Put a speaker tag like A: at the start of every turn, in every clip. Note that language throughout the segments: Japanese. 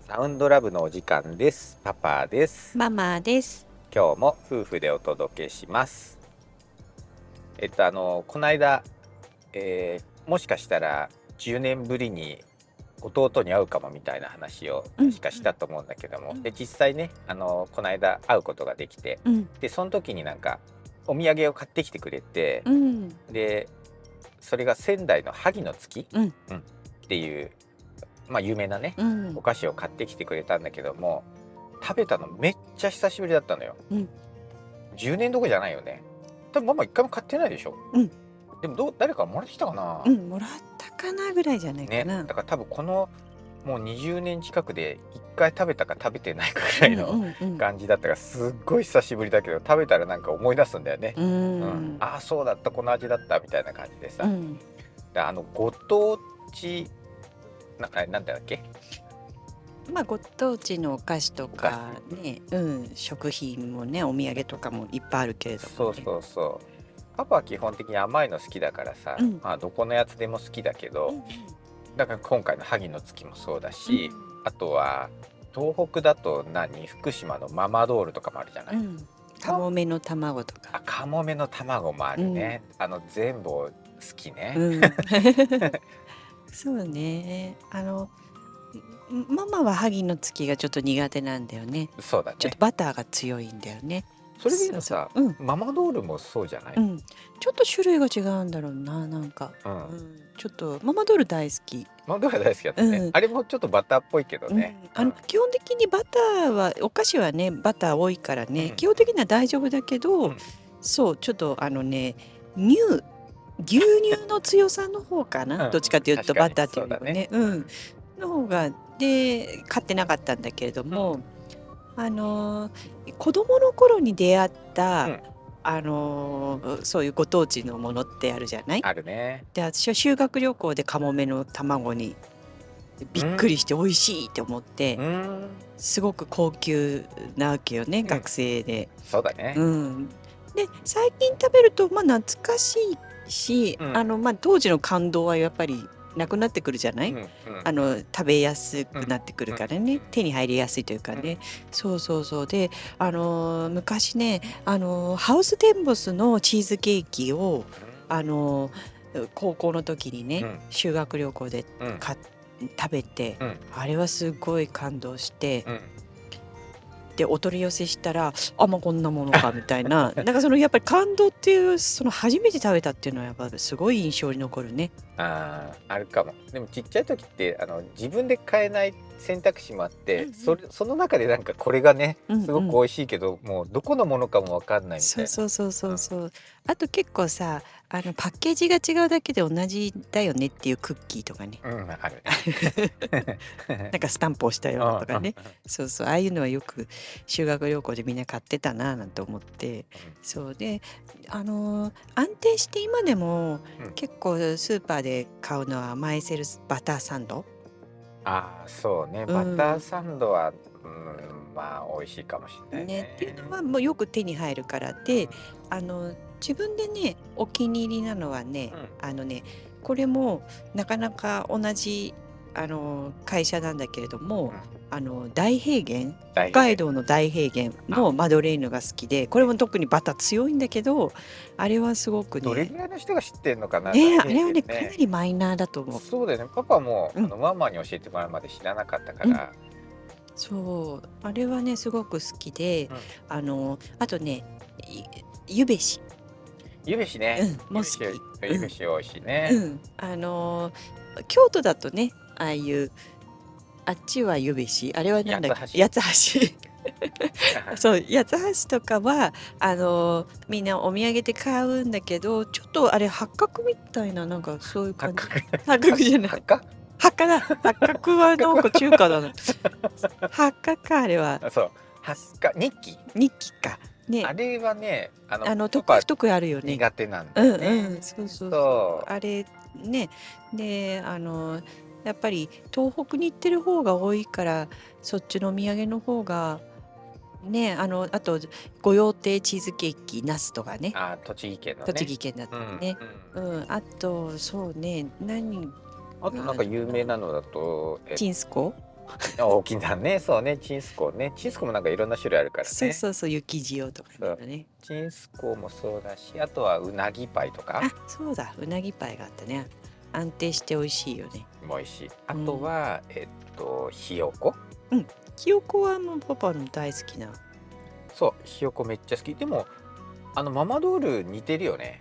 A: サウンドラブのお時間ですパパです
B: ママです。
A: 今日も夫婦でお届けしますえっとあのこの間、えーもしかしたら10年ぶりに弟に会うかもみたいな話を
B: うん
A: 確かしたと思うんだけども、
B: うん
A: で実際ねあのこの間会うことができて
B: うん、
A: でその時になんかお土産を買ってきてくれて
B: う、ん、
A: でそれが仙台の萩の月、
B: うん
A: っていうまあ有名なね
B: うん
A: お、菓子を買ってきてくれたんだけども食べたのめっちゃ久しぶりだったのよ、
B: うん
A: 10年どころじゃないよね多分ママ一回も買ってないでしょ、
B: うん
A: でもどう誰かもらってきたかな、
B: うん、もらったかなぐらいじゃないか
A: ね
B: な。
A: だから多分このもう20年近くで1回食べたか食べてないかぐらい
B: うん
A: の、
B: うん
A: 感じだったからすっごい久しぶりだけど食べたらなんか思い出すんだよね、
B: うん、
A: う
B: うんん、
A: ああそうだったこの味だったみたいな感じでさ、
B: うん、
A: であのご当地なあれなんだっけ
B: まあ、ご当地のお菓子とか、ね、うん、食品もね、お土産とかもいっぱいあるけれど
A: そ
B: も、
A: う
B: ね。
A: そうそうパパは基本的に甘いの好きだからさ、
B: うん
A: まあ、どこのやつでも好きだけど、だから今回の萩の月もそうだし、あとは東北だと何福島のママドールとかもあるじゃない、
B: うん、うん、かもめの卵と
A: あ
B: か。
A: カモメの卵もあるね、あの全部好きね、
B: うん、そうね、あの。ママは萩の月がちょっと苦手なんだよね。
A: そうだ
B: ちょ
A: ね
B: っとバターが強いんだよね。
A: それでいうとさ
B: そうそううん、
A: ママドールもそうじゃない、
B: うん、ちょっと種類が違うんだろうな、なんか。
A: うん
B: うん、ちょっとママドール大好き、
A: ママドールは大好きだったね、
B: うん
A: あれもちょっとバターっぽいけどね、
B: うんあの
A: うん
B: 基本的にバターはお菓子はねバター多いからね、
A: うん
B: 基本的には大丈夫だけ
A: う
B: ど、
A: ん
B: そうちょっとあのね乳牛乳の強さの方かな、
A: うん
B: どっちかという
A: 確
B: と
A: か
B: バ
A: に
B: ターっていうのねう
A: うん
B: んの方がで買ってなかったんだけれども、あのー子供の頃に出会った、
A: うん
B: あのーそういうご当地のものってあるじゃない
A: あるね
B: で私は修学旅行でカモメの卵にびっくりして美味しいって思って、
A: うん
B: すごく高級なわけよね、
A: ん
B: 学生で。
A: そうだね、
B: うん、で最近食べるとまあ懐かしいし、
A: うん
B: あのまあ、当時の感動はやっぱりなくなってくるじゃない、
A: うんうん
B: あの食べやすくなってくるからね、
A: うん
B: 手に入りやすいというかね、そうそうそうで、あのー昔ね、あのーハウステンボスのチーズケーキをあの高校の時にね、
A: うん
B: 修学旅行で
A: うん
B: か食べて、
A: うん
B: あれはすごい感動して、
A: うん
B: でお取り寄せしたらあまあこんなものかみた いななんかそのやっぱり感動っていうその初めて食べたっていうのはやっぱすごい印象に残るね。
A: あーあるかもでもちっちゃい時ってあの自分で買えない選択肢もあって、
B: うんうん
A: それその中でなんかこれがね
B: うんうん
A: すごく美味しいけど、もうどこのものかもわかんないみたい
B: そ
A: うな
B: そうそうそうそうあと結構さあのパッケージが違うだけで同じだよねっていうクッキーとかね
A: うんある
B: な
A: ね
B: んかスタンプをしたようなとかね
A: うんうん
B: そうそうああいうのはよく修学旅行でみんな買ってたなぁなんて思って、そうであのー安定して今でも
A: うん
B: 結構スーパーで買うのはマイセルスバターサンド、
A: ああそうね
B: う
A: バ
B: ん
A: ターサンドは、うん、まあ美味しいかもしれないね
B: ね、っていうのはもうよく手に入るからであの自分でねお気に入りなのはね、あのねこれもなかなか同じあの会社なんだけれども、
A: うん
B: あの大平原
A: 北
B: 北海道の大平原のマドレーヌが好きでこれも特にバター強いんだけどあれはすごく
A: どれ
B: ね
A: ぐらいの人が知ってんのかな
B: ね
A: 大
B: あれはね
A: 平
B: か
A: 原
B: なりマイナーだと思う。
A: そうだよねパパも、
B: うん
A: あのママに教えてもらうまで知らなかったから、
B: そうあれはねすごく好きで、
A: うん
B: あのあとねいゆべし、
A: ゆべし
B: う
A: ね、
B: ん、も好き、
A: ゆべし美味しいね、
B: うん、あの京都だとねああいうあっちはゆべしあれはなんだっけ
A: 八
B: 八つ橋そう八つ橋とかはあのみんなお土産で買うんだけどちょっとあれ八角みたいななんかそういう
A: 八
B: 感じ
A: 角
B: 八角じゃない
A: 八角
B: 八角だ八角はなんか中華だな八角かあれは
A: あ そう八角日記
B: 日記かね
A: あれはねあの
B: あの
A: パ
B: 得
A: パ
B: 意不得意あるよね。
A: 苦手なんだ
B: うん
A: よ
B: う
A: ね
B: ん、そうそうそう。
A: そう
B: あれね、で、あのやっぱり東北に行ってる方が多いから、そっちのお土産の方がね、あのあと御用邸チーズケーキ、ナスとかね、
A: あ栃木県のね
B: 栃木県だったりね。
A: うん
B: う
A: うん
B: ん、あとそうね、何
A: あとなんか有名なのだとえ
B: チンスコ？
A: 大きなねそうねチンスコーねチンスコーもなんかいろんな種類あるからね
B: そうそうそう雪塩とか
A: そう
B: ね
A: チンスコーもそうだしあとはうなぎパイとか
B: あそうだうなぎパイがあったね安定して美味しいよね
A: も美味しいあとは、えっとひよこ
B: ひよこはもうパパの大好きな
A: そうひよこめっちゃ好きでもあのママドール似てるよね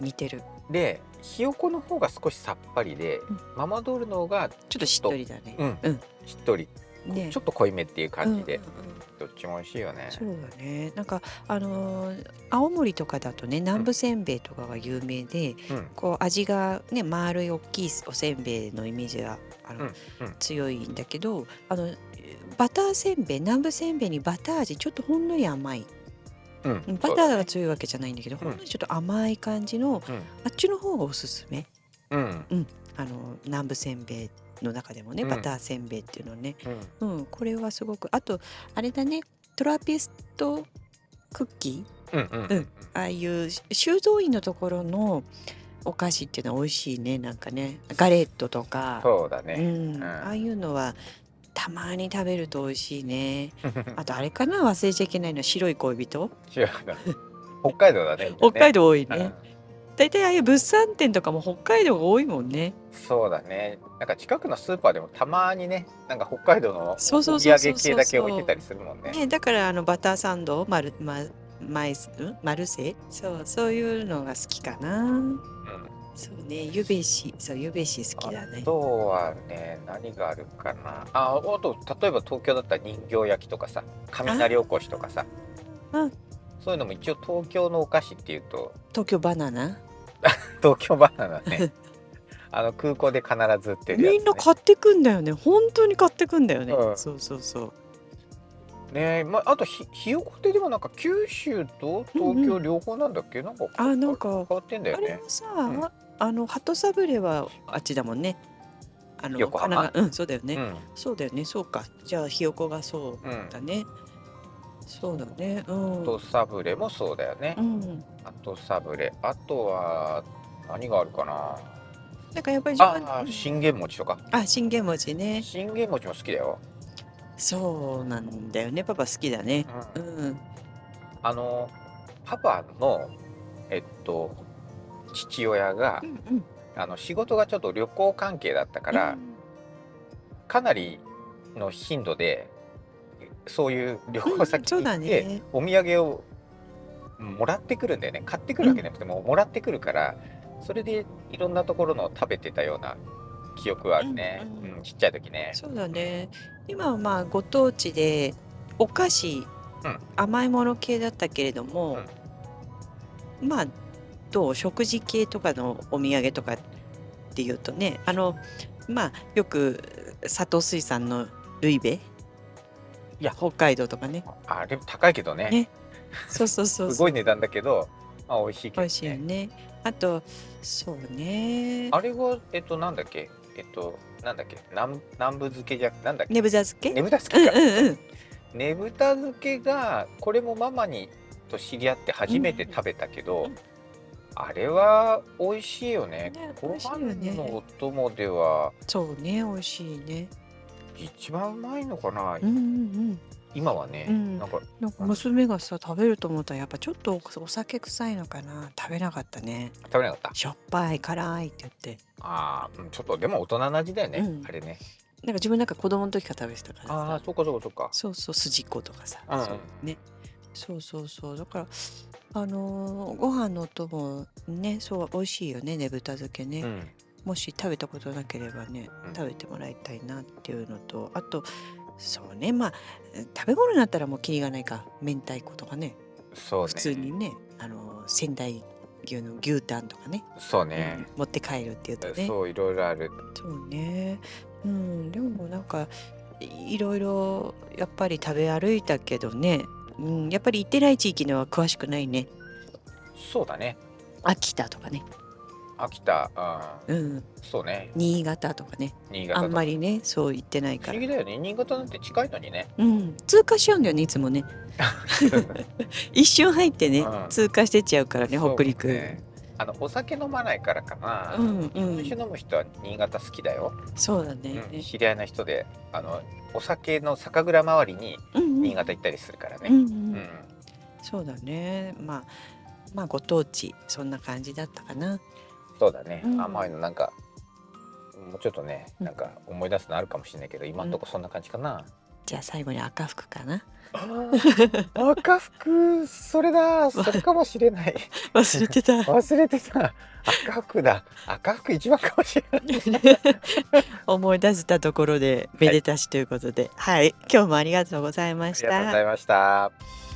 B: 似てる
A: でひよこの方が少しさっぱりで、
B: ん
A: ママドールの方が
B: ちょっとしっとりだね
A: うん、
B: うん
A: しっとり
B: ね
A: ちょっと濃いめっていう感じで、
B: うんうんうん
A: どっちも美味しいよね
B: そうだねなんかあのー青森とかだとね南部せんべいとかが有名で、
A: うん
B: こう味がね丸い大きいおせんべいのイメージがあの、
A: うんうん
B: 強いんだけどあのバターせんべい南部せんべいにバター味ちょっとほんのり甘い
A: うん
B: うんバターが強いわけじゃないんだけど、
A: うん
B: ほんのりちょっと甘い感じの
A: そうだね
B: あっちの方がおすすめ
A: うんうん
B: あの南部せんべいの中でもね
A: うん
B: バターせんべいっていうのね、
A: うん
B: うんこれはすごくあとあれだねトラピストクッキー
A: うんうん
B: うんああいう修道院のところのお菓子っていうのは美味しいねなんかねガレットとか
A: そうだ
B: う
A: ね、
B: ん
A: うん
B: ああいうのはたまに食べると美味しいね
A: あ
B: あとあれかな忘れちゃいけないのは白い恋人、
A: 違うな北海道だね
B: 北海
A: 道
B: 道多い
A: ね
B: ね大体ああいう物産展とかも北海道が多いもんね
A: うんそうだねなんか近くのスーパーでもたまにねなんか北海道の
B: そうそ
A: お
B: う
A: 土
B: そう
A: 産
B: そう
A: 系
B: そう
A: だけ置いてたりするもんね
B: ねだからあのバターサンドマルママイスんマルセイそうそういうのが好きかな
A: うん
B: そうねゆべしそうゆべし好きだね
A: あとはね何があるかなああと例えば東京だったら人形焼きとかさ雷おこしとかさ
B: うん
A: そういうのも一応東京のお菓子っていうと
B: 東京バナナ
A: 東京バナナ ねあの空港で必ず売ってるやつ、ね、
B: みんな買ってくんだよね本当に買ってくんだよね、
A: うん
B: そうそうそう
A: ねえ、まあ、あとひひよこってでもなんか九州と東京両方なんだっけ、なんか
B: あなんか
A: 変わってんだよ
B: あれ
A: ね
B: もさ、
A: ん
B: あの鳩サブレはあっちだもんねあの
A: 横浜
B: 神奈川うんそうだよね、
A: うん
B: そうだよねそうかじゃあひよこがそううんだねそうだねうん
A: あとサブレもそうだよね、
B: うん
A: あとサブレあとは何があるかな
B: なんかやっぱり自分
A: ああ信玄餅とか
B: あ信玄餅ね
A: 信玄餅も好きだよ、
B: そうなんだよねパパ好きだね
A: う
B: うんん
A: あのパパのえっと父親が
B: うんうん
A: あの仕事がちょっと旅行関係だったから、かなりの頻度でそういう旅行先に行っ
B: うんうんそうだ
A: て、
B: ね
A: お土産をもらってくるんだよね買ってくるわけじゃなくてもうもらってくるからそれでいろんなところの食べてたような記憶はあるね、
B: うんうん
A: うんちっちゃい時ね
B: そうだね今はまあご当地でお菓子、
A: うん
B: 甘いもの系だったけれども、まあどう食事系とかのお土産とかっていうとねあのまあよく佐藤水産のルイベい
A: や
B: 北海道とかね
A: あれも高いけどね
B: ねそうそうそう
A: す
B: そう
A: ごい値段だけど、まあ、美味しいけど、
B: 美
A: ね、
B: 味しいよねあとそうね
A: あれはえっとなんだっけえっとなんだっけ南南部漬けじゃなんだっけ
B: ねぶざ漬け
A: ねぶた漬
B: う
A: け
B: ん
A: か
B: うんうん
A: ねぶた漬けがこれもママにと知り合って初めて食べたけど、
B: うんうん
A: あれは美味しいよね
B: ね美
A: ご
B: 味しいよ
A: 飯
B: ね
A: のお供では
B: そうね美味しいね
A: 一番うまいのかな、
B: うんうん
A: 今はね、
B: うん
A: なんか
B: うんなんか娘がさ食べると思ったらやっぱちょっとお酒臭いのかな食べなかったね
A: 食べなかった
B: しょっぱい辛いって言って
A: あーうんちょっとでも大人の味だよね、
B: うん
A: あれね
B: なんか自分なんか子供の時から食べてたからさ
A: ああそうかそうかそうか
B: そうそう筋っことかさ、
A: うんうん
B: そうねそうそうそうだからあのーご飯のお供ねそう美味しいよねねぶた漬けね、
A: うん
B: もし食べたことなければね
A: うん
B: 食べてもらいたいなっていうのとあとそうねまあ食べ物になったらもうキリがないか明太子とかね
A: そうね
B: 普通にねあのー仙台牛の牛タンとかね、
A: そうね、
B: うん持って帰るっていうとね
A: そういろいろある
B: そうね。うん、でもなんかいいろいろやっぱり食べ歩いたけどね、うん、やっぱり行ってない地域のは詳しくないね。
A: そうだね
B: 秋田とかね、
A: 秋田、う
B: うん、
A: ん、そうね
B: 新潟とかね、
A: 新
B: あ
A: 潟
B: んまりね、そう行ってない
A: 不
B: か
A: 思
B: ら
A: 議。だよね新潟なんて近いのにね
B: うん、通過しちゃうんだよね、いつもね。 一瞬入ってね
A: う、ん
B: 通過してっちゃうからね、
A: そう
B: 北陸。
A: ねあのお酒飲まないからかな、
B: うんうん
A: 日本酒飲む人は新潟好きだよ、
B: そうだ
A: うん
B: ね。
A: 知り合いの人であのお酒の酒蔵周りに
B: うんうん
A: 新潟行ったりするから
B: うん
A: ね、
B: う
A: うん
B: んそうだね。まあまあご当地そんな感じだったかな。
A: そうだね、
B: うん
A: 甘いのなんかもうちょっとね
B: うん
A: なんか思い出すのあるかもしれないけど今んとこそんな感じか な、
B: じゃあ最後に赤服か な。
A: 赤服それだそれかもしれない
B: 忘れてた。
A: 忘れてた 赤服だ赤服一番かもし れない
B: 思い出せたところでめでたしということで、はい、今日もありがとうございま
A: あ
B: し
A: りがとうご
B: た
A: ざ。いました